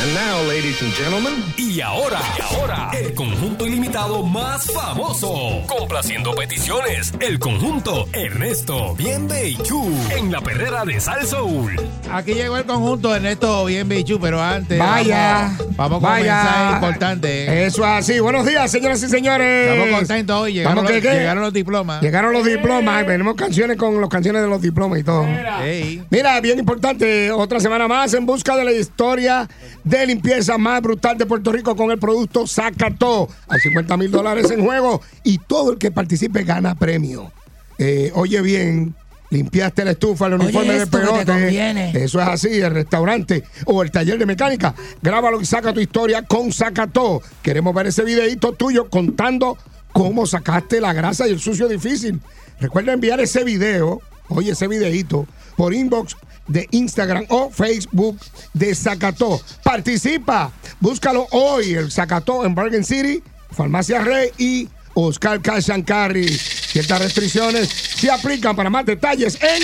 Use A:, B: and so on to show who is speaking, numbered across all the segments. A: And now, ladies and gentlemen,
B: Y ahora, y ahora, el conjunto ilimitado más famoso. Complaciendo peticiones, el conjunto Ernesto, Bienve y Chu en la perrera de Sal Soul.
C: Aquí llegó el conjunto de Ernesto Bien Bichu, pero antes.
D: Vaya,
C: Vamos, vamos con
D: vaya.
C: un mensaje importante. ¿eh?
D: Eso es así. Buenos días, señoras y señores.
C: Estamos contentos hoy. Llegaron,
D: ¿Estamos
C: los,
D: que qué?
C: llegaron los diplomas.
D: Llegaron los diplomas. Venimos canciones con las canciones de los diplomas y todo.
C: Ey,
D: Mira, bien importante, otra semana más en busca de la historia de limpieza más brutal de Puerto Rico con el producto Zacató. Hay 50 mil dólares en juego y todo el que participe gana premio. Eh, oye bien, limpiaste la estufa, el uniforme de
E: esto que te
D: pelote.
E: conviene.
D: Eso es así, el restaurante o el taller de mecánica. Grábalo y saca tu historia con Zacató. Queremos ver ese videíto tuyo contando cómo sacaste la grasa y el sucio difícil. Recuerda enviar ese video, oye, ese videíto, por inbox de Instagram o Facebook de Zacató. Participa, búscalo hoy, el Zacató en Bargain City, Farmacia Rey y Oscar Cash and Carry. Ciertas restricciones se aplican para más detalles en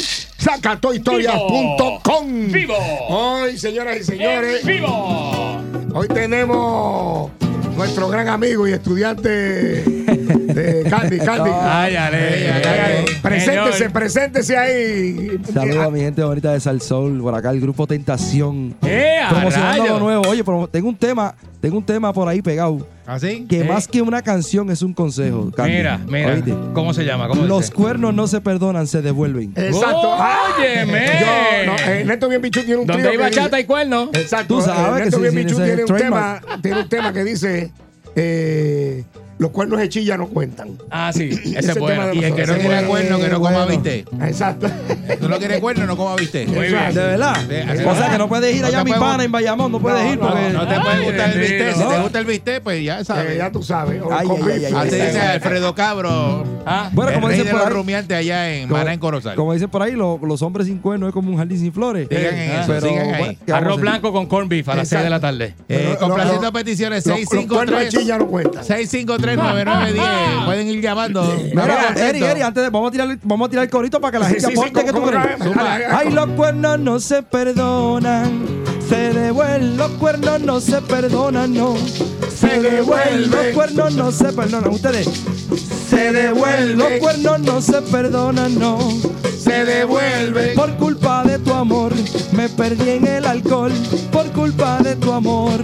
D: zacatohistorias.com.
F: ¡Vivo!
D: Hoy, señoras y señores,
F: ¡En vivo!
D: hoy tenemos nuestro gran amigo y estudiante de Candy. Candy.
C: Cállale,
D: Eh,
C: cállale.
D: preséntese,
F: Señor.
D: preséntese ahí.
G: Saludos a mi gente bonita de Sal Soul, por acá el grupo Tentación.
F: ¡Eh, a
G: Promocionando
F: rayos!
G: lo nuevo. Oye, promo- tengo un tema, tengo un tema por ahí pegado.
C: ¿Así?
G: Que
F: Eh.
G: más que una canción es un consejo. Candy.
F: Mira, mira.
G: Oíste.
F: ¿Cómo se llama? ¿Cómo
G: Los
F: dice?
G: cuernos no se perdonan, se devuelven.
D: Exacto.
F: Óyeme.
D: Yo, no, eh, Neto Bien Pichu tiene un
F: Donde
D: trío
F: iba
D: que-
F: chata y cuerno.
D: Exacto.
G: Tú sabes
D: Ernesto
G: que
D: Bien
G: sí, sí,
D: Bichú
G: ese es
D: tiene un, tema,
G: trademark.
D: tiene un tema que dice eh, los cuernos de chilla no cuentan.
F: Ah, sí, ese
D: Ese
F: es
D: tema
F: bueno.
D: de
C: Y el que no
D: Ese
C: quiere
D: es
C: cuerno, que no coma,
D: bueno.
C: viste.
D: Exacto.
C: Tú no quieres cuerno, no coma, viste.
F: Muy
D: Exacto.
G: De
F: bien.
G: verdad.
C: Sí, así
G: o
C: no.
G: sea que no puedes ir
C: No
G: allá
C: te
G: a mi
C: puedes-
G: pana en Bayamón, no puedes ir porque. Ah,
C: No te puede
F: Ay,
C: gustar el
F: bendito.
C: bistec. Si te
G: No.
C: gusta el bistec, pues ya
D: Eh,
C: sabes.
D: ya tú sabes. O
G: Ay,
D: con
G: ay, ay,
D: beef.
G: ay,
C: Así
G: ay,
C: dice Alfredo Cabro.
F: Ah,
G: Bueno,
C: el
G: como
C: rey
G: dicen
C: de
G: por
C: los
G: ahí.
C: rumiantes allá en
G: como-
C: Mara, en Corozal.
G: Como dicen por ahí, lo- los hombres sin cuernos es como un jardín sin flores.
C: Sigan en
G: Eh,
C: eso, sigan ahí.
G: bueno, ¿qué vamos a
F: Ah. arroz
G: hacer?
F: blanco con corn beef a las 6 de la tarde.
C: Eh,
D: Pero-
C: complaciendo
D: pero-
C: peticiones
D: Los, los cuernos de
C: 653
D: chilla no cuentan.
C: 653-9910. Pueden ir llamando.
G: Mira,
C: Mira,
G: Eri, Eri, antes de, vamos a tirar, vamos a tirar el corito para que la
D: Sí,
G: gente
D: sí, sí,
G: aporte
D: ¿cómo-
G: que tú
D: cómo
G: crees.
D: que- Zumba.
G: Ay, los cuernos no se perdonan. Se devuelven, los cuernos no se perdonan, no. Se devuelven, los cuernos no se perdonan. Ustedes, se devuelven, los cuernos no se perdonan, no.
D: Se devuelve.
G: Por culpa de tu amor, me perdí en el alcohol. Por culpa de tu amor.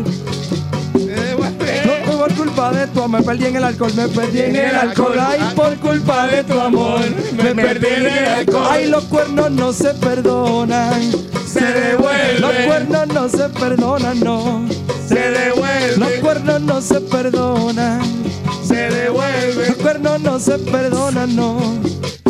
G: No, por culpa de tu amor, me perdí en el alcohol, me perdí en el alcohol. Ay, por culpa de tu amor, me perdí en el alcohol. Ay, los cuernos no se perdonan, se devuelven. Los cuernos no se perdonan, no.
D: Se
G: Los
D: devuelve.
G: cuernos no se perdonan,
D: Se
G: los
D: devuelve.
G: cuernos no se perdonan, no.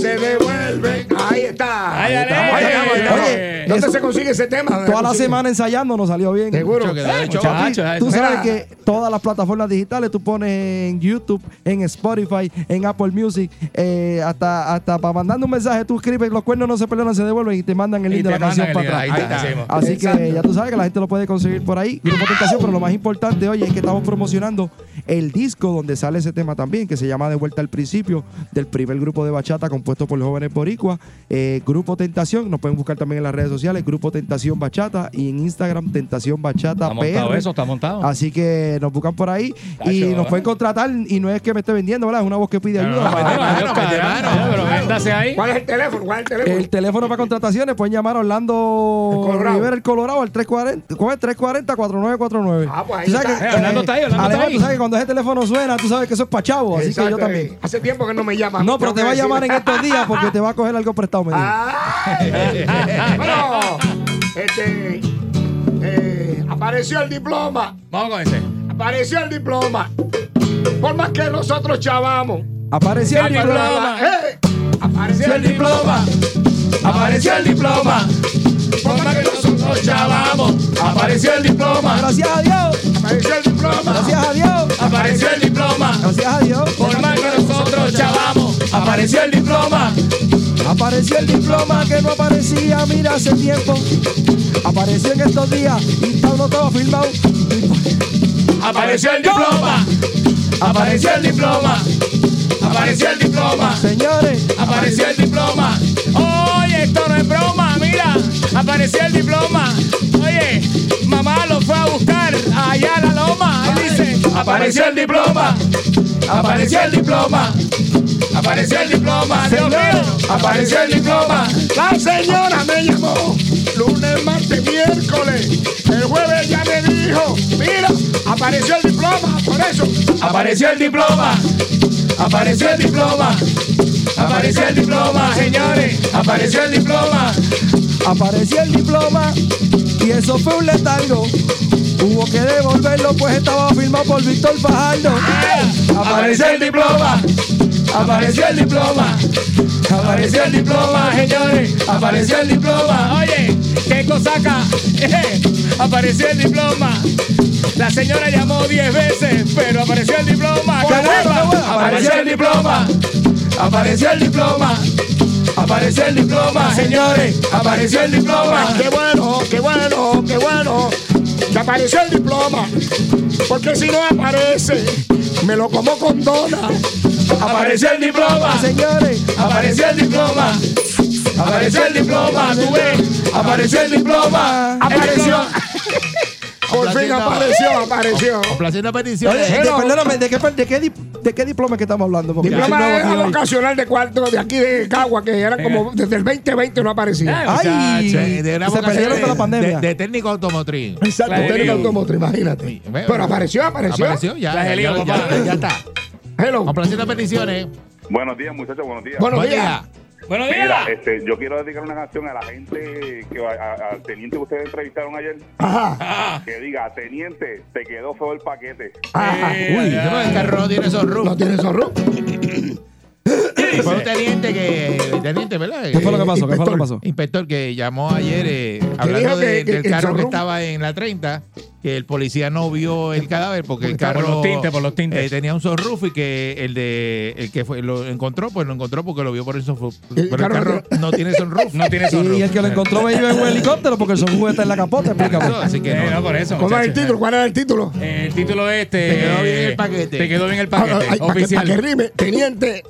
D: Se devuelve. Ahí está.
F: Ay,
D: Ahí
F: ale.
D: estamos, ahí estamos, ahí estamos.
G: Oye,
D: ¿Dónde
G: eso-
D: se consigue ese tema? ¿Dónde
G: Toda
D: se
G: la
D: consigue?
G: semana ensayando no salió bien.
D: Seguro.
F: Muchachos, ah,
G: Tú
F: eso.
G: sabes
D: Mira.
G: que todas las plataformas digitales, tú pones en YouTube, en Spotify, en Apple Music, eh, hasta, hasta para mandando un mensaje, tú escribes, los cuernos no se perdonan, se devuelven y te mandan el
F: Y
G: link de
F: te
G: la canción
F: mandan el
G: para
F: link, ahí
G: atrás.
F: está.
G: Ahí está. Así que
D: Exacto.
G: ya tú sabes que la gente lo puede conseguir por ahí. Grupo Tentación, pero lo más importante, oye, es que estamos promocionando el disco donde sale ese tema también, que se llama De Vuelta al Principio, del primer grupo de bachata compuesto por los jóvenes boricua. Eh, grupo Tentación, nos pueden buscar también en las redes sociales, Grupo Tentación Bachata y en Instagram Tentación Bachata
F: Está montado
G: PR.
F: eso, está montado.
G: Así que nos buscan por ahí y
F: Tacho, ¿eh?
G: nos pueden contratar. Y no es que me esté vendiendo, ¿verdad? Es una voz que pide ayuda.
F: Mete mano, mete mano, pero véndase ahí.
D: ¿Cuál es el teléfono? ¿Cuál es el teléfono?
G: El teléfono para contrataciones pueden llamar a Orlando
D: El Colorado.
G: Rivera, el Colorado, al 340 ¿cómo es? 340-4949.
D: Ah, pues ahí
G: Tú sabes
D: está.
G: que,
F: Eh, Orlando está ahí, Orlando está
G: además,
F: ahí.
G: tú sabes que cuando ese teléfono suena, tú sabes que eso es para chavo, así que yo
D: Exacto,
G: también.
D: eh. Hace tiempo que no me llaman.
G: No, pero
D: Tengo
G: te
D: que Ah.
G: va a llamar en
D: decir.
G: estos días porque te va a coger algo prestado, me dijo.
D: Ay. bueno, este, eh, apareció el diploma.
F: Vamos con ese.
D: Apareció el diploma. Por más que nosotros chavamos.
G: Apareció el
F: Apareció
G: diploma.
D: eh, apareció el diploma.
F: Apareció el diploma.
D: Por más que nosotros chavamos.
F: Apareció el diploma.
G: Gracias a Dios.
D: Apareció el diploma.
G: Gracias a Dios.
F: Apareció el diploma.
G: Gracias a Dios.
F: Por más que nosotros chavamos. Apareció el diploma.
G: Apareció el diploma que no aparecía, mira, hace tiempo. Apareció en estos días y está uno todo filmado.
F: Apareció el diploma. Apareció el diploma. Apareció el diploma.
G: Señores,
F: Apareció el diploma. ¡Oh! Apareció el diploma. Apareció el diploma. Apareció el diploma. Dios mío. Apareció el diploma.
D: La señora me llamó lunes, martes, miércoles. El jueves ya me dijo, mira, apareció el diploma, por eso.
F: Apareció el diploma. Apareció el diploma. Apareció el diploma, señores. Apareció el diploma.
G: Apareció el diploma y eso fue un letargo. Hubo que devolverlo, pues estaba firmado por Víctor Fajardo.
F: Ah, Apareció el diploma. Apareció el diploma. Apareció el diploma, señores. Apareció el diploma. Oye, qué cosaca. Apareció el diploma. La señora llamó 10 veces, pero apareció el diploma.
G: ¡Caramba!
F: Apareció el diploma. Apareció el diploma. Apareció el diploma, señores. Apareció el diploma.
D: Qué bueno, qué bueno, qué bueno. Que apareció el diploma. Porque si no aparece, me lo como con dona.
F: Apareció el diploma.
G: Señores,
F: Apareció el diploma. Apareció el diploma, tú ves. Apareció el diploma.
D: Apareció.
F: El diploma.
D: Por fin apareció, apareció.
E: Complaciendo
G: de,
E: peticiones.
G: de- perdóname, ¿de qué, de, qué, di- de qué diploma que estamos hablando? Porque si no,
D: Diploma
G: no, no, no.
D: vocacional de cuarto de aquí de Cagua, que era
F: Eh.
D: como desde el 2020 no aparecía.
G: Ay, se perdieron con la pandemia.
E: De, de técnico automotriz.
D: Exacto,
E: Claro.
F: eh.
D: técnico automotriz, imagínate.
E: Bueno,
D: Pero apareció, apareció.
E: Apareció, ya.
F: Traje
E: ya,
F: lío,
E: ya,
F: papá.
E: ya- ya está.
D: Hello.
E: Complaciendo peticiones.
H: Buenos días, muchachos, buenos días.
D: Buenos
E: Buen
D: días.
E: día.
F: Bueno,
H: Mira, este, yo quiero dedicar una canción a la gente, que va- a- al teniente que ustedes entrevistaron ayer,
D: Ajá.
H: que diga, teniente, te quedó feo el paquete.
D: Ajá.
F: Eh.
E: Uy, no, el carro no tiene esos
D: No
E: rubros.
D: tiene zorro.
E: Fue un teniente que. Teniente, ¿verdad?
G: ¿Qué fue lo que pasó? ¿Qué fue
D: Inspector.
G: lo que pasó?
E: Inspector que llamó ayer eh, hablando
D: dijo que-
E: de-
D: que-
E: del
D: que
E: carro que
D: Zorro-
E: estaba en la 30, que el policía no vio el cadáver porque el
F: está-
E: carro
F: por los tintes, por los tintes.
E: eh, tenía un sunroof y que el de el que fue- lo encontró, pues lo encontró porque lo vio por el sunroof. Pero el
D: carro
E: carro no tiene sunroof.
F: No tiene
G: Y, el que lo encontró me iba en un helicóptero porque son juguetes en la capota, explícame.
E: Eso, así que
F: Eh,
E: no.
F: no, por eso.
D: ¿Cuál era el
F: muchacho.
D: título? ¿Cuál era el título?
F: Eh, El título este.
E: Te quedó bien el
F: eh,
E: paquete.
F: Te quedó bien el
D: Ah,
F: paquete.
D: ay, pa' que, pa' que
F: Oficial.
D: rime, teniente,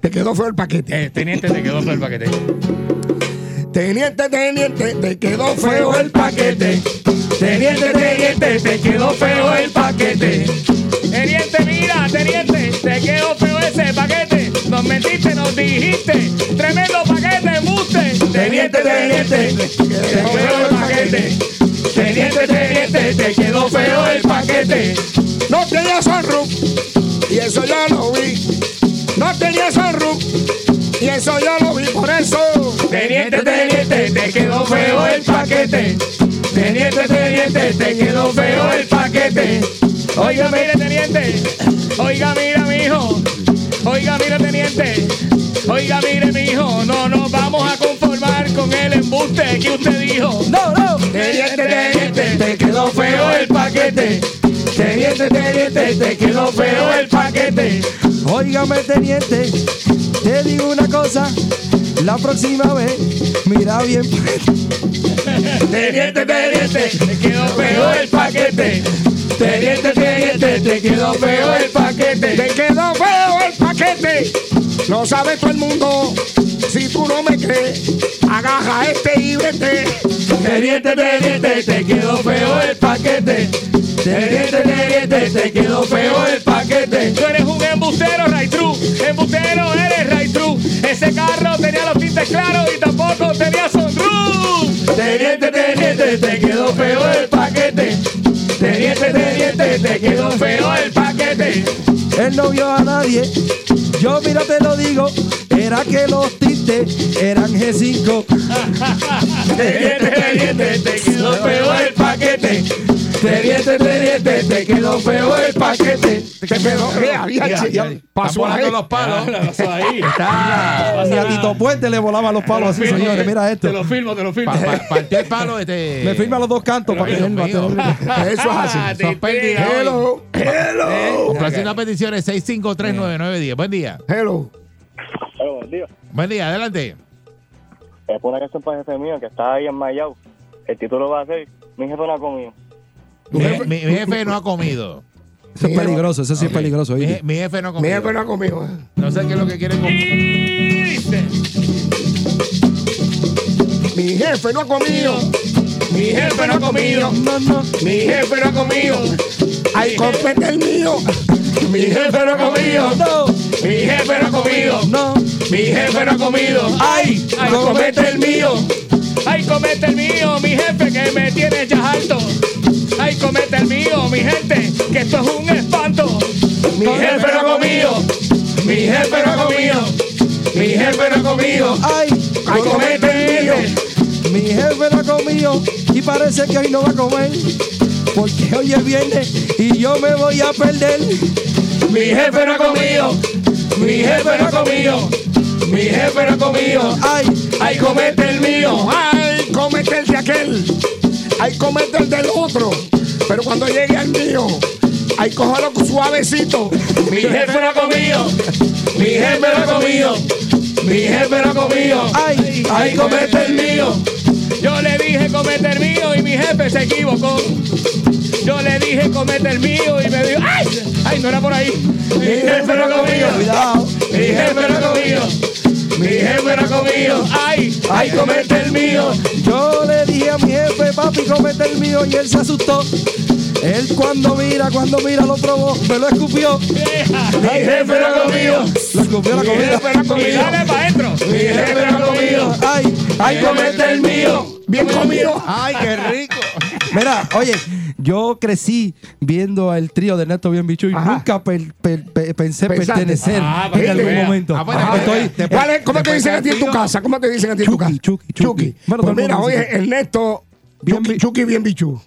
D: te quedó feo el paquete.
F: Eh, Teniente, te quedó feo el paquete.
D: Teniente, teniente, te quedó
F: Feo el paquete. Teniente, teniente, te quedó feo el paquete. Teniente, mira, teniente, te quedó feo ese paquete. Nos mentiste, nos dijiste. Tremendo paquete, embuste. Teniente, teniente, te quedó feo el paquete. Teniente, teniente, te quedó feo el paquete.
D: No tenía sunroof, y eso yo lo vi. No tenía sunroof, y eso yo lo vi. Por eso,
F: Teniente, teniente, te quedó feo el paquete. Teniente, teniente, te quedó feo el paquete. Oiga, mire, teniente. Oiga, mira, mijo. Oiga, mire, teniente. Oiga, mire, mijo. No nos vamos a conformar con el embuste que usted dijo.
G: No, no.
F: Teniente, este teniente, te quedó feo el paquete. Teniente, teniente, te quedó feo el paquete.
G: Óigame, teniente, te digo una cosa. La próxima vez, mira bien.
F: Teniente, este teniente, te quedó feo el paquete. Teniente, teniente, te quedó feo el
D: te
F: paquete.
D: quedó feo el paquete. Lo sabe todo el mundo. Si tú no me crees, agarra este y vete.
F: Teniente, teniente, te quedó feo el paquete. Teniente, teniente, te quedó feo el paquete. Tú eres un embustero, Ray True. Embustero eres, Ray True. Ese carro tenía los tintes claros y tampoco tenía sunroof. Teniente, teniente, te quedó feo el paquete. Teniente, teniente, te quedó feo el paquete.
G: Él no vio a nadie. Yo, mira, te lo digo. Era que los tintes eran G5.
F: este Teniente, teniente, te quedó feo el paquete. Teniente, este teniente, te quedó feo el paquete.
D: Te quedó feo. Ya, ya, Pasó
E: Están volando
D: ahí.
E: los
F: Ah.
E: palos.
F: ahí.
E: Está.
G: Ni a Tito Puente le volaban los palos así, señores. Mira esto.
F: filmo, te lo filmo.
E: Pa- pa- partió el palo. Este,
G: Me firma los dos cantos para
E: Dios
G: tener. para
E: mío.
G: tener-
D: Eso es así.
E: Son pérdidas hoy.
D: Hello, hello,
F: Eh.
E: Complaciendo peticiones 6539910. Buen día.
D: hello.
I: Buenos días.
E: Buen día, adelante.
I: Es una canción para jefe mío que está ahí en Mayao. El título va a ser Mi jefe no ha comido.
E: Mi, mi- mi jefe no ha comido.
G: Eso es peligroso, eso sí es peligroso.
E: Mi,
F: Eh,
G: oíste.
E: mi jefe no ha
D: Mi
E: comido.
D: jefe no ha comido. ¿eh?
E: No sé qué es lo que quiere comer.
D: Mi jefe no ha comido.
F: Mi jefe no ha comido.
G: No, no.
F: Mi jefe no ha comido.
D: Ay, cómprate el mío.
F: Mi jefe no ha comido.
G: No,
F: Mi jefe no ha comido.
G: no.
F: Mi jefe no ha comido. Ay, ay, comete el mío. Ay, comete el mío, mi jefe que me tiene ya alto. Ay, comete el mío, mi gente, que esto es un espanto. Mi jefe no ha comido. Mi jefe no ha comido. Mi jefe no ha comido.
G: Ay,
F: Ay, comete el mío.
G: mi jefe no ha comido y parece que hoy no va a comer. Porque hoy es viernes y yo me voy a perder.
F: Mi jefe no ha comido. Mi jefe no ha comido. Mi jefe no ha comido.
G: Ay,
F: Ay, comete el mío.
D: Ay, cómete el de aquel. Ay, cómete el del otro. Pero cuando llegue al mío, ay, cójalo suavecito.
F: Mi jefe no ha comido, mi jefe no ha comido, mi jefe no ha comido.
G: Ay,
F: ay, comete el mío. Yo le dije comete el mío y mi jefe se equivocó. Yo le dije comete el mío y me dijo, ay, ay, no era por ahí. Mi jefe no ha comido,
G: cuidado.
F: mi jefe no ha comido, mi jefe no ha comido. Ay, ay, comete el mío.
G: Yo le dije a mi jefe, papi, comete el mío y él se asustó. Él cuando mira, cuando mira lo probó, me lo escupió.
F: Mi jefe no ha comido,
G: Lo escupió la
F: mi
G: comida.
F: jefe no ha comido. Dale maestro, mi jefe no ha comido.
G: Ay, ay,
F: Ay, comete el mío.
D: Bien comido.
E: Ay, qué rico.
G: Mira, oye, yo crecí viendo el trío de Ernesto Bien Bichu y
D: Ajá.
G: nunca per- per- per- pensé
D: Pensaste.
G: pertenecer
E: Ah, para
G: en
E: que
G: algún
E: vea.
G: momento.
E: Ah, bueno,
G: Ajá.
E: te-
G: Estoy-
E: te-
D: ¿Cuál es- ¿Cómo te
E: Después
D: dicen a ti en tu
E: del
D: casa? ¿Cómo te dicen a ti en tu
G: Chucky,
D: casa?
G: Chucky, Chucky. Bueno, todo
D: Pues
G: el
D: mira,
G: mundo
D: hoy
G: dice
D: es Ernesto.
G: Bien
D: Chucky,
G: bi-
D: Chucky bien bichu.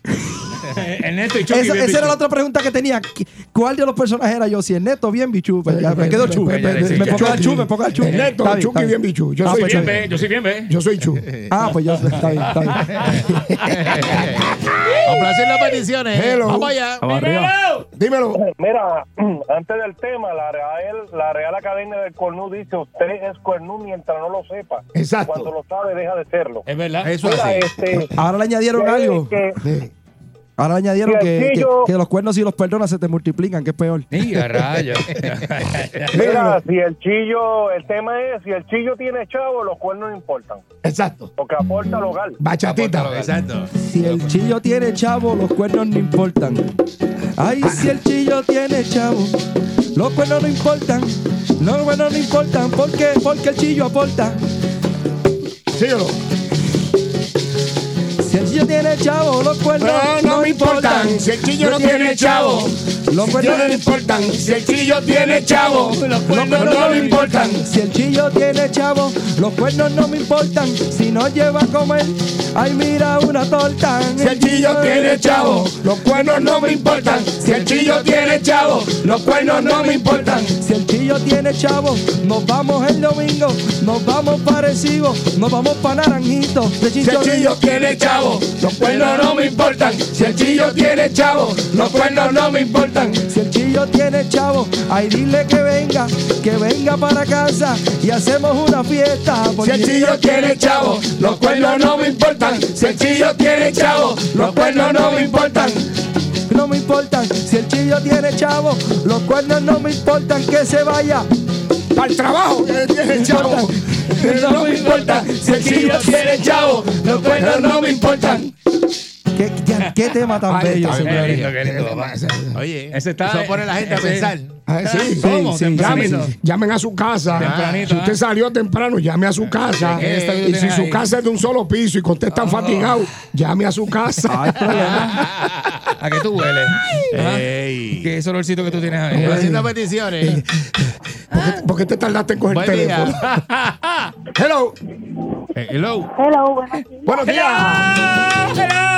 F: Ernesto y Chucky,
G: Esa,
F: bien
G: esa era
F: bicho.
G: la otra pregunta que tenía. ¿Qui- ¿Cuál de los personajes era yo? Si Ernesto bien Bichu, pues ya, me
D: eh,
G: quedo
D: eh,
G: Chu.
D: eh,
G: Me
E: eh,
G: me
E: eh,
G: pongo al
D: Chucky.
G: Chu, me pongo al Chu.
D: Ernesto,
G: Está bien,
D: Chucky
G: está
D: bien bichu. Yo soy
G: pues,
D: Chu.
G: está bien.
F: Ve, Ah, Yo soy bien, ve.
D: Yo soy Chu.
G: Ah, pues yo, está bien, está bien.
E: Complacer las peticiones.
D: Hello.
E: Vamos allá.
D: Dímelo.
I: Mira, antes del tema, la Real, la Real Academia del Cornú dice, usted es Cornú mientras no lo sepa.
D: Exacto.
I: Cuando lo sabe, deja de serlo.
F: Es verdad.
E: Eso es
I: Mira,
E: así.
I: este,
G: Ahora le añadieron
I: que-
G: algo.
I: que-
D: Sí.
G: Ahora le añadieron que, que,
I: Fiorcillo.
G: que los cuernos, si los perdonas, se te multiplican, que es peor.
F: Diga, rayo.
I: Mira, si el chillo, el tema es, si el chillo tiene chavo, los cuernos no importan,
D: Exacto.
I: porque aporta al hogar.
D: Bachatita.
E: Exacto.
G: Si el chillo tiene chavo, los cuernos no importan. Ay, si el chillo tiene chavo, los cuernos no importan. Los cuernos no importan. ¿Por qué? Porque el chillo aporta.
D: Síguelo.
G: Si el chillo tiene chavo, los cuernos
D: No, no me importan. Si el chillo no tiene chavo.
G: Los
D: Yo
G: cuernos
D: no le importan. Si el chillo tiene chavo. Los cuernos no le importan.
G: Si el chillo tiene chavo, los cuernos no me importan. Si no lleva a comer, ay mira una torta.
D: Si el chillo tiene chavo, los cuernos no me importan. Si el chillo tiene chavo, los cuernos no me importan.
G: Si el chillo tiene chavo, nos vamos el domingo, nos vamos para Arecibo, nos vamos para Naranjito. De
D: Si el
G: Chinchorrillo.
D: chillo tiene chavo, los cuernos no me importan. Si el chillo tiene chavo, los cuernos no me importan.
G: Si el chillo tiene chavo, ay dile que venga, que venga para casa y hacemos una fiesta.
D: Si el chillo tiene chavo, los cuernos no me importan. Si el chillo tiene chavo, los cuernos no me importan.
G: no me importan, si el chillo tiene chavo, los cuernos no me importan que se vaya.
D: Para el trabajo que tiene chavo, no me importa. Si el chillo tiene chavo, los cuernos no me importan.
G: Qué, qué- qué tema tan
D: Ahí
G: bello,
D: está,
G: señor.
F: Qué lindo, qué lindo, papá.
D: Ah,
E: Oye,
F: Ese está-
E: eso pone a la gente a
F: ese-
E: pensar.
D: sí.
E: ¿Cómo?
G: Ah, sí,
D: Llamen,
F: Tempranito.
D: llamen a su casa.
F: Tempranito,
D: si usted
F: ¿eh?
D: salió temprano, llame a su casa.
E: Ah, ¿qué está que tú
D: y si
E: tienes
D: su
E: ahí? Ah.
D: casa es de un solo piso y contestan fatigado, llame a su casa.
F: ¿A qué tú hueles?
E: Ah.
F: Ajá.
E: Ey.
F: ¿Qué es el olorcito que tú tienes ahí?
E: Complacer las peticiones.
D: ¿Por, qué, por qué te tardaste en coger el
E: Buen
D: teléfono?
E: día.
D: Hello.
E: Eh, Hello.
J: Hello, buenos días.
D: Buenos días.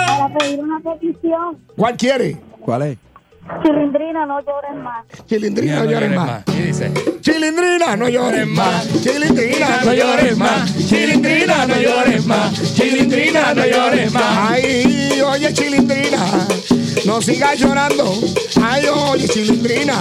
J: Para pedir una petición,
D: ¿Cuál quiere?
G: ¿Cuál es?
J: Cilindrina, no llores más.
D: Chilindrina, no llores más.
F: ¿Qué dice?
D: Chilindrina, no llores más. Chilindrina, no llores más. Chilindrina, no llores más. Chilindrina, no llores más. Ay, oye, Chilindrina, no sigas llorando. Ay, oye, Chilindrina,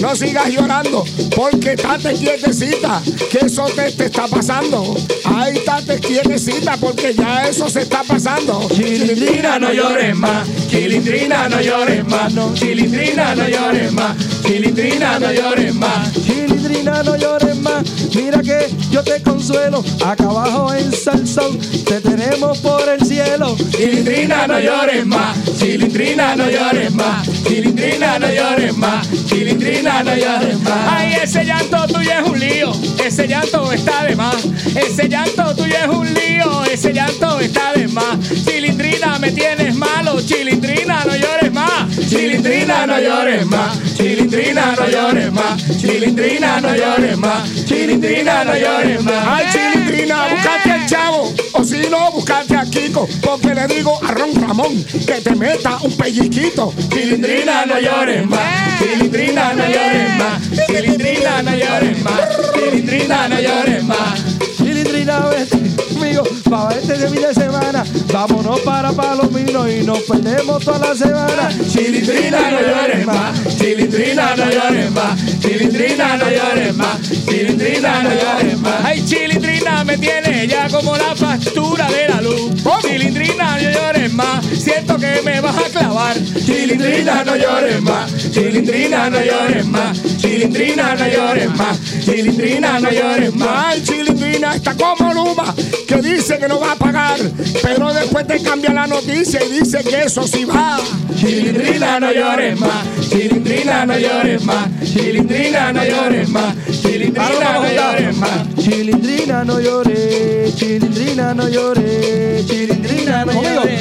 D: No sigas llorando, porque estate quietecita, que eso te, te está pasando. Ahí estate quietecita, porque ya eso se está pasando.
F: Chilindrina, no llores más. Chilindrina, no llores más. Chilindrina, no llores más. Chilindrina, no llores más.
G: Chilindrina, no llores más. Mira que yo te consuelo. Acá abajo en Salsón te tenemos por el cielo.
F: Chilindrina, no llores más. Chilindrina, no llores más. Chilindrina, no llores más. Chilindrina, no llores más. Ay, ese llanto tuyo es un lío. Ese llanto está de más. Ese llanto tuyo es un lío. Ese llanto está de más. Chilindrina, me tienes malo. Chilindrina, no llores más. Chilindrina, no llores más. Chilindrina, no llores más. Chilindrina, no llores más. Chilindrina, no llores más.
D: Ay, Chilindrina, buscate al chavo, o si no, buscate a Kiko, porque le digo a Ron Ramón que te meta un pellizquito.
F: Cilindrina no llores más, cilindrina no llores más, cilindrina no llores más, cilindrina no llores más.
G: Chilindrina, vete conmigo para este de fin de semana. Vámonos para Palomino y nos perdemos toda la semana.
F: Cilindrina no llores más, cilindrina no llores más, cilindrina no llores más, cilindrina no llores más. Ay, cilindrina me tiene ya como la factura de la luz. Cilindrina no llores más, siento que me vas a clavar. Cilindrina no llores más, cilindrina no llores más, cilindrina no llores más, cilindrina no llores más.
D: Ay, Chilindrina está como Luma, que dice que no va a pagar, pero después te cambia la noticia y dice que eso sí va.
F: Cilindrina no llores más, cilindrina no llores más, cilindrina no llores más, cilindrina no llores más.
G: Chilindrina, no llores. Chilindrina, no llores. Chilindrina, no llores.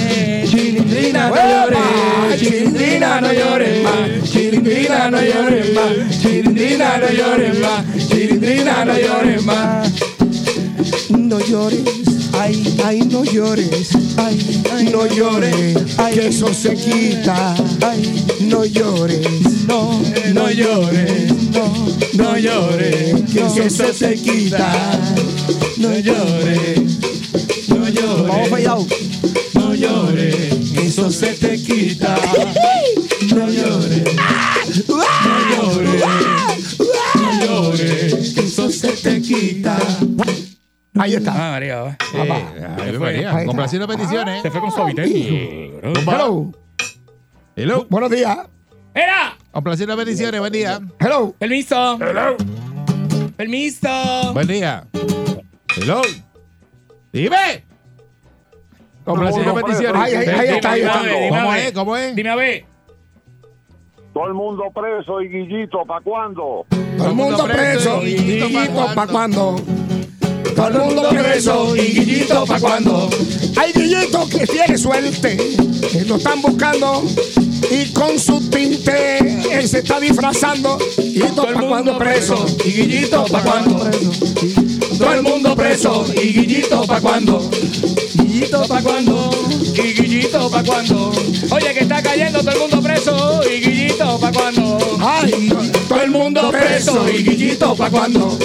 F: Cilindrina no llores, cilindrina no llores más, cilindrina no llores más, cilindrina no llores más, cilindrina no llores más.
G: No llores, ay, ay, no llores, ay, ay,
D: No llores,
G: ay,
D: que eso se quita.
G: ay,
D: No llores,
G: no,
F: No llores,
G: no,
F: no llores,
D: que eso se quita.
F: no llores, no
G: vamos
F: llores,
G: fade out.
F: no llores, eso se te quita. No llores, no llores, no llores, eso se te quita.
D: Ahí está.
F: Ah, María, va.
E: Ay, Eh, María, complaciendo peticiones.
F: Se fue con suavitel.
D: Hello,
E: Hello.
D: buenos días.
F: ¡Era!
E: Complaciendo peticiones, buen día.
D: Hello,
F: ¡Permiso! ¡Permiso!
E: Buen día. Hello. Dime. Complaciendo
I: Vamos,
E: peticiones.
D: ay, ay, ahí está, ahí está.
E: ¿Cómo es? ¿Cómo es?
F: Dime a ver.
I: Todo el mundo preso y Guillito, ¿para cuándo?
D: Todo el mundo preso y Guillito pa' cuando. Todo el mundo preso y Guillito pa' cuando. Hay Guillito que tiene suerte, que lo están buscando. Y con su tinte él se está disfrazando. Guillito
F: Todo el
D: pa' cuando
F: mundo
D: preso.
F: preso y Guillito pa' cuando. Todo el mundo preso y Guillito pa' cuando. Guillito pa' cuando y Guillito pa' cuando. Oye que está cayendo todo el mundo preso y Guillito pa' cuando.
D: Ay,
F: Todo el mundo preso y Guillito pa' cuando.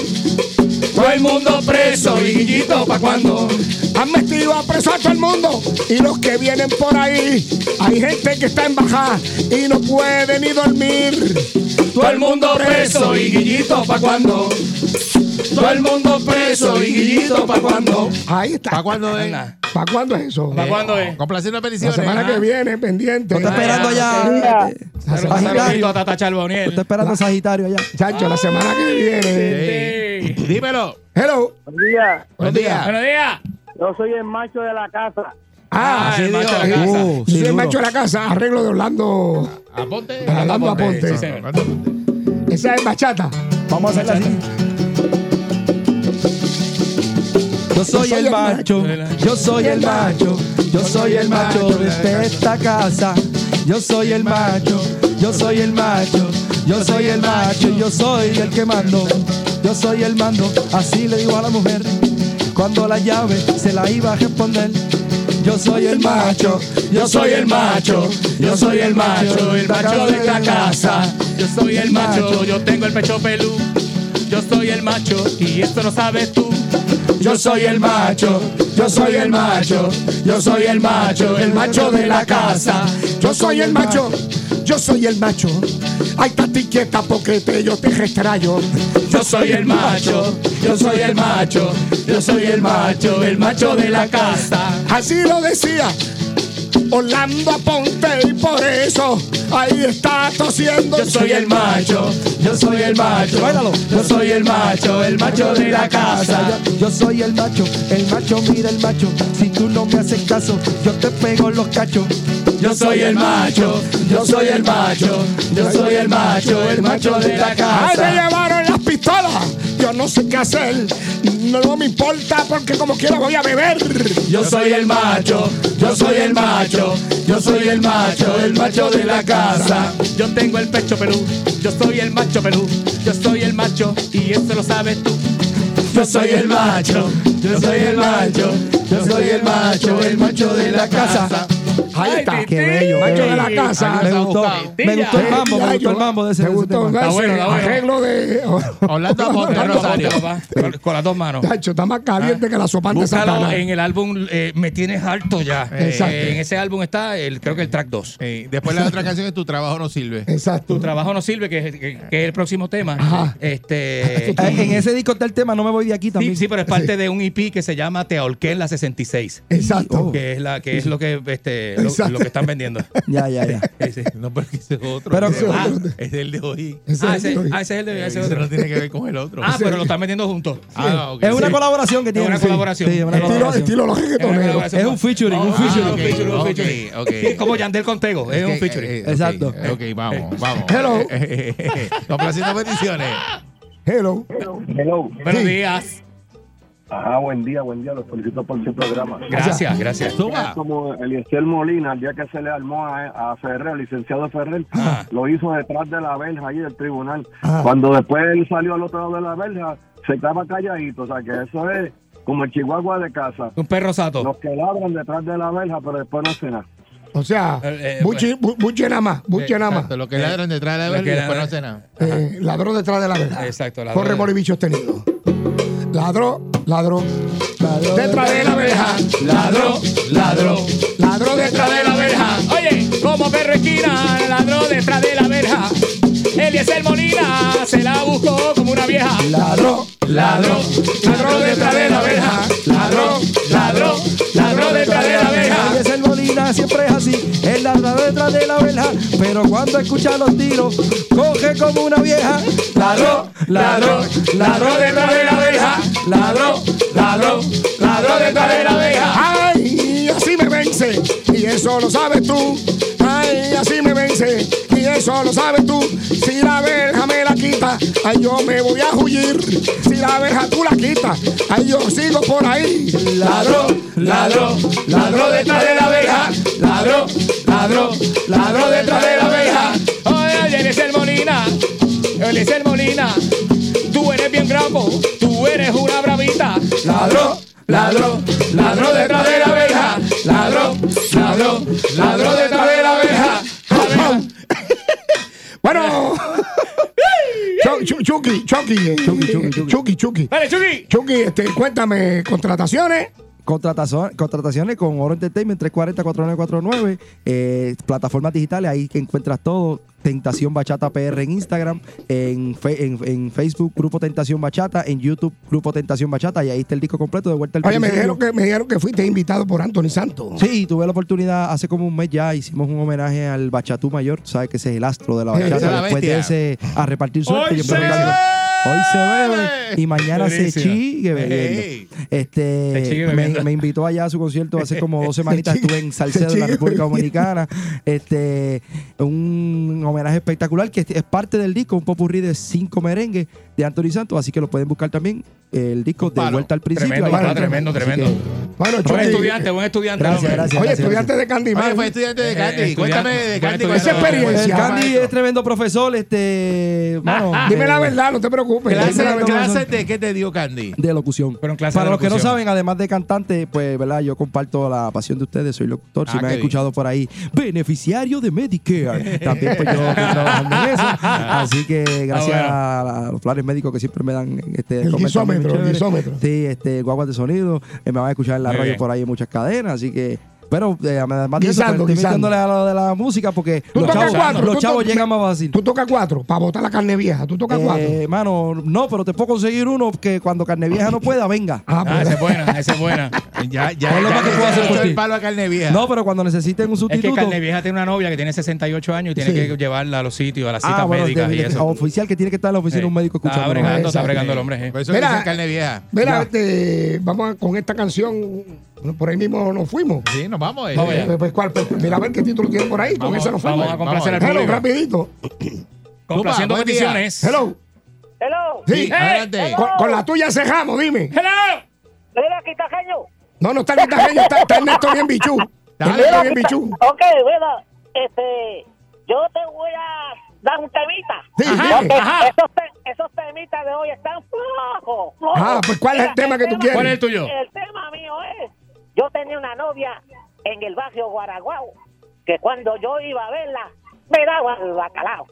F: Todo el mundo preso y Guillito pa' cuando.
D: Han metido a preso a todo el mundo y los que vienen por ahí. Hay gente que está en baja y no puede ni dormir.
F: Todo el mundo preso y Guillito pa' cuando. Todo el mundo preso y Guillito pa' cuando.
D: Ahí
E: ¿Para
D: está.
E: cuándo es?
D: ¿Para cuándo es eso?
F: ¿Para cuándo es?
E: Complaciendo
D: La
E: peticiones.
D: semana que viene, pendiente.
G: Está esperando allá.
J: Mira.
G: eh,
F: Saludito
G: Sagitario.
F: a Tata Charboniel.
G: Está esperando Sagitario allá.
D: Chacho, la semana que viene.
E: Sí. Dímelo.
D: Hello.
I: Buen día.
E: Buen día.
F: Buenos días.
I: Yo soy el macho de la casa.
D: Ah,
F: Ah, el macho de la
D: Dios.
F: casa.
D: Yo soy el macho de la casa, arreglo de Orlando.
E: Aponte.
D: Orlando Aponte.
F: sí, señor.
D: Esa es bachata.
G: Vamos a hacerla así. Yo soy el macho, yo soy el macho, yo soy el macho de esta casa. Yo soy el macho, yo soy el macho, yo soy el macho, yo soy el que mando. Yo soy el mando, así le digo a la mujer. Cuando la llave se la iba a responder. Yo soy el macho, yo soy el macho, yo soy el macho, el macho de esta casa.
F: Yo soy el macho, yo tengo el pecho pelú. Yo soy el macho y esto lo sabes tú. Yo soy el macho, yo soy el macho, yo soy el macho, el macho de la casa.
D: Yo soy el macho, Yo soy el macho. Ay, tata inquieta poquete, yo te extraño.
F: Yo soy el macho, yo soy el macho, yo soy el macho, el macho de la casa.
D: Así lo decía Orlando Aponte y por eso ahí está tosiendo.
F: Yo soy el macho, yo soy el macho,
G: Báilalo.
F: yo soy el macho, el macho de la casa.
G: Yo, yo soy el macho, el macho, mira el macho. Si tú no me haces caso, yo te pego los cachos.
F: Yo soy el macho, yo soy el macho, yo soy el macho, el macho de la
D: ¡Ay, me
F: casa.
D: llevaron las pistolas! Yo no sé qué hacer. No, no me importa porque como quiera voy a beber.
F: Yo soy el macho, yo soy el macho, yo soy el macho, el macho de la casa. Yo tengo el pecho pelú, yo soy el macho pelú, yo soy el macho y eso lo sabes tú. Yo soy el macho, yo soy el macho, yo soy el macho, el macho de la casa.
D: Ahí está.
G: Qué bello.
D: Macho
G: qué
D: de la
G: bello.
D: casa.
G: Me gustó, me gustó el mambo, me gustó el mambo de ese,
D: ¿Te
G: de ese
D: gustó?
G: tema.
D: Ese
F: bueno, está bueno.
D: Arreglo de.
E: Orlando Aponte,
D: Orlando
E: Rosario.
F: Con- Con las dos manos.
D: Tacho, está más caliente que la sopa de
F: Búscalo
D: Santana.
F: en el álbum eh, Me Tienes Alto ya.
D: Exacto.
F: Eh, en ese álbum está, el, creo que el track 2.
E: Sí, Eh, Después la otra canción es Tu trabajo no sirve.
D: Exacto.
F: Tu trabajo no sirve, que, que- que es el próximo tema.
D: Ajá.
F: Este.
G: Ah, En ese disco está el tema, no me voy de aquí
F: Sí,
G: también.
F: sí, pero es parte de un EP que se llama Te ahorqué en la 66.
D: Exacto.
F: Que es la que es lo que este lo- lo,
D: Oh. Exacto.
F: que están vendiendo.
G: Ya, ya, ya.
F: Sí, sí.
E: No, pero que ese es otro.
G: Pero-
E: ese,
D: Ah.
E: es el de hoy.
D: Ese
F: Ah,
D: es
F: ese,
D: el de
F: ah,
D: hoy.
F: ese es el de ese
E: Eso
F: es otro.
E: no tiene que ver con el otro.
F: Ah, pero lo están vendiendo juntos.
E: Ah, ok.
G: Es una
E: Sí.
G: colaboración que tiene.
F: una
G: sí.
F: colaboración.
G: Sí, es una
F: El tiro-
D: Estilo,
G: colaboración.
D: estilo los
F: Es una
D: reggaetoneros.
F: colaboración.
G: Es un featuring, un
F: Eh, Ah,
G: featuring.
F: ok, un featuring, un
E: Ok,
F: featuring.
E: ok.
F: Sí, Como Yandel con Tego, es un featuring.
E: Eh, eh,
G: Exacto.
E: ok, Ok, vamos, vamos.
D: Hello.
E: Complaciendo peticiones.
F: Eh,
D: Hello.
I: Hello.
F: Buenos días.
I: Ajá, buen día, buen día. Los felicito por su programa.
F: Gracias, gracias.
E: Zumba.
I: Como Eliezer Molina, el día que se le armó a, a Ferrer, al licenciado Ferrer,
F: Ajá.
I: lo hizo detrás de la verja ahí del tribunal.
D: Ah.
I: Cuando después él salió al otro lado de la verja, se estaba calladito. O sea, que eso es como el chihuahua de casa.
F: Un perro sato.
I: Los que labran detrás de la verja, pero después no hacen nada.
D: O sea,
F: Eh, eh,
D: buche, bu- buche nada más. Buche nada más.
E: Exacto, Eh, Lo que ladran detrás de la
F: Lo
E: verga
F: que
E: y después no
F: ladran-
E: hacen nada.
D: Eh, ladrón detrás de la verdad.
F: Exacto, ladrón.
D: Corre por y bichos tenidos. Ladrón, ladrón.
G: Ladrón.
D: Detrás de la verja.
F: Ladrón, ladrón.
D: Ladrón
F: detrás de la verja. Oye, como perro esquina, ladrón detrás de la verja. Eliezer Molina se la buscó como una vieja.
D: Ladrón,
F: Ladrón, ladrón detrás de la verja. Ladrón, ladrón, ladrón detrás de la verja.
G: Es el Molina, siempre es así, el ladrón detrás de la verja, pero cuando escucha los tiros, coge como una vieja.
F: Ladrón, ladrón, ladrón detrás de la verja. Ladrón, ladrón, ladrón detrás de la verja.
D: Ay, así me vence. Y eso lo sabes tú. Ay, así me vence. Y eso lo sabes tú. Si la verja me la quita, ay, yo me voy a huir. Si la verja tú la quitas, ay, yo sigo por ahí.
F: Ladrón, ladrón, ladrón detrás de la verja. Ladrón, ladrón, ladrón detrás de la verja. Oye, eres el Molina, eres el Molina. Tú eres bien grampo, tú eres una bravita. Ladrón, ladrón, ladrón detrás de la verja. Ladrón, ladrón, ladrón detrás de la verja.
D: Bueno. Chu- chu- Chucky, Chucky, eh, Chucky, Chucky.
F: Dale, Chucky.
D: Chucky, este, cuéntame, contrataciones.
G: Contratazo- contrataciones con Oro Entertainment 340-4949, eh, plataformas digitales, ahí que encuentras todo. Tentación Bachata PR en Instagram, en, fe- en- en Facebook Grupo Tentación Bachata, en YouTube Grupo Tentación Bachata, y ahí está el disco completo de vuelta al
D: Oye, me
G: Principio.
D: dijeron que, me dijeron que fuiste invitado por Anthony Santos.
G: Sí, tuve la oportunidad hace como un mes ya, hicimos un homenaje al Bachatú Mayor, sabes que ese es el astro de la
D: Sí,
G: bachata,
E: esa es la
G: después de
E: bestia.
G: ese a repartir suerte.
F: Hoy
G: yo empecé
F: se
G: bailando,
E: bebe.
G: Hoy se bebe y mañana se
F: Buenísimo.
G: chigue
E: Ey.
G: bebiendo.
F: Se chigue
G: Este, me,
F: bebiendo.
G: me invitó allá a su concierto hace como dos semanitas,
D: chigue-
G: estuve en Salcedo,
D: se
G: en la
D: chigue
G: República
D: bebiendo.
G: Dominicana. Este, un homenaje espectacular que es parte del disco, un popurrí de cinco merengues de Anthony Santos, así que lo pueden buscar también. El disco
E: Palo.
G: de vuelta al principio.
F: Tremendo,
G: ahí está.
F: papá, tremendo,
G: Así que-
F: tremendo.
D: Bueno, Chucky.
F: Buen estudiante, buen estudiante.
G: Gracias,
F: hombre.
G: gracias. este-
D: Oye, estudiante de
E: Oye,
D: Candyman.
E: fue estudiante de Candy.
F: estudiante.
E: Cuéntame Eh, de
F: Buen
E: Candy.
F: estudiante.
E: cuéntame.
D: Esa
G: Ah, El
D: experiencia.
G: Candy es tremendo profesor, este, mano,
D: Dime
G: de-
D: la verdad, no te preocupes. Dime la
E: Clase-
D: verdad.
E: ¿Clases de qué te dio Candy?
G: De locución.
F: Fueron clases
G: Para
F: de
G: los que no
F: locución.
G: saben, además de cantante, pues, ¿verdad? Yo comparto la pasión de ustedes, soy locutor, si
E: Ah,
G: me han
E: qué
G: escuchado por ahí, beneficiario de Medicare. También pues yo estoy trabajando en eso. Así que gracias
F: Ah,
G: a, la- a los planes médicos que siempre me dan este
D: El
G: comentarios
D: guisómetro,
G: muy
D: el
G: chéveres.
D: guisómetro.
G: Sí, este guaguas de sonido, eh, me van a escuchar en la
F: Muy
G: radio
F: bien.
G: por ahí en muchas cadenas, así que Pero eh, además de eso,
D: Guisando,
G: pues, estoy
D: guisando.
G: metiéndole a lo de la música porque
D: Tú
G: los
D: tocas
G: chavos,
D: cuatro.
G: los
D: tú
G: chavos
D: to-
G: llegan más fácil.
D: Tú tocas cuatro para botar la carne vieja. Tú tocas cuatro.
G: Eh, mano, no, pero te puedo conseguir uno que cuando carne vieja no pueda, venga.
D: Ah,
E: Ah, esa es buena, esa es buena. Ya, ya.
G: Es lo
E: ya-
G: más que
E: ya
G: puedo hacer
E: le
G: por
E: echó
G: ti.
E: el palo a carne vieja.
G: No, pero cuando necesiten un
K: Es
G: sustituto.
K: que Carne Vieja tiene una novia que tiene 68 años y tiene
G: Sí.
K: que llevarla a los sitios, a las citas
G: ah, bueno,
K: médicas
G: de-
K: y
G: de-
K: eso.
G: oficial que tiene que estar en la oficina
K: Sí.
G: un médico
K: Está
G: escuchando.
K: bregando, está
G: Exacto.
K: bregando el hombre. eh.
E: Por eso
D: Mira.
E: dicen carne vieja.
D: Mira, este, vamos a- con esta canción. Por ahí mismo nos fuimos.
E: Sí, nos vamos. eh.
K: Vamos allá.
D: Eh, Pues, ¿cuál? Pues, mira a ver qué título tiene por ahí. con
K: Vamos-
D: esa nos fuimos.
K: vamos a complacer al
D: Hello,
K: público.
D: rapidito.
K: Complaciendo
E: Tupa, buen día.
K: peticiones.
D: Hello.
J: Hello.
D: Sí.
E: Adelante.
D: Con, con la tuya cerramos, dime.
K: Hello.
J: Mira, aquí está Genio.
D: No, no está el guitarreño, está, está Ernesto bien bichú. Está
E: Dale.
D: Ernesto bien bichú.
J: Ok, mira, este, yo te voy a dar un temita.
D: Sí, dime.
J: Porque Esos, te- esos temitas de hoy están flojos, flojos.
D: Ah, pues, ¿cuál es el tema que tú quieres?
K: ¿Cuál es el tuyo?
J: El tema mío es, yo tenía una novia en el barrio Guaraguao, que cuando yo iba a verla, me daba el bacalao.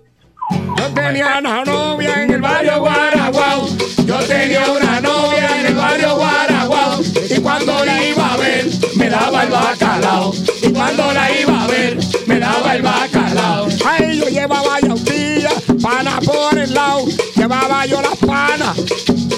D: Yo tenía una novia en el barrio
E: Guaraguao.
D: Yo tenía una novia en el barrio Guaraguao. Y cuando la iba a ver, me daba el bacalao. Y cuando la iba a ver, me daba el bacalao. Ay, yo llevaba yautía, pana por el lado. Llevaba yo las panas,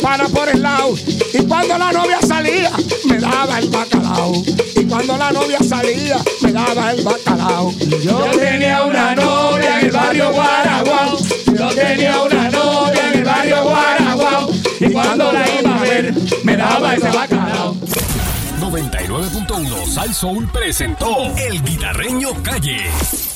D: pana por el lado. Y cuando la novia salía, me daba el bacalao. Y cuando la novia salía, me daba el bacalao. Yo tenía una novia en el barrio Guaraguao. Yo tenía una novia en el barrio Guaraguao. Y cuando la iba a ver, me daba ese bacalao.
B: 99.1 Sal Soul presentó El Guitarreño Calle.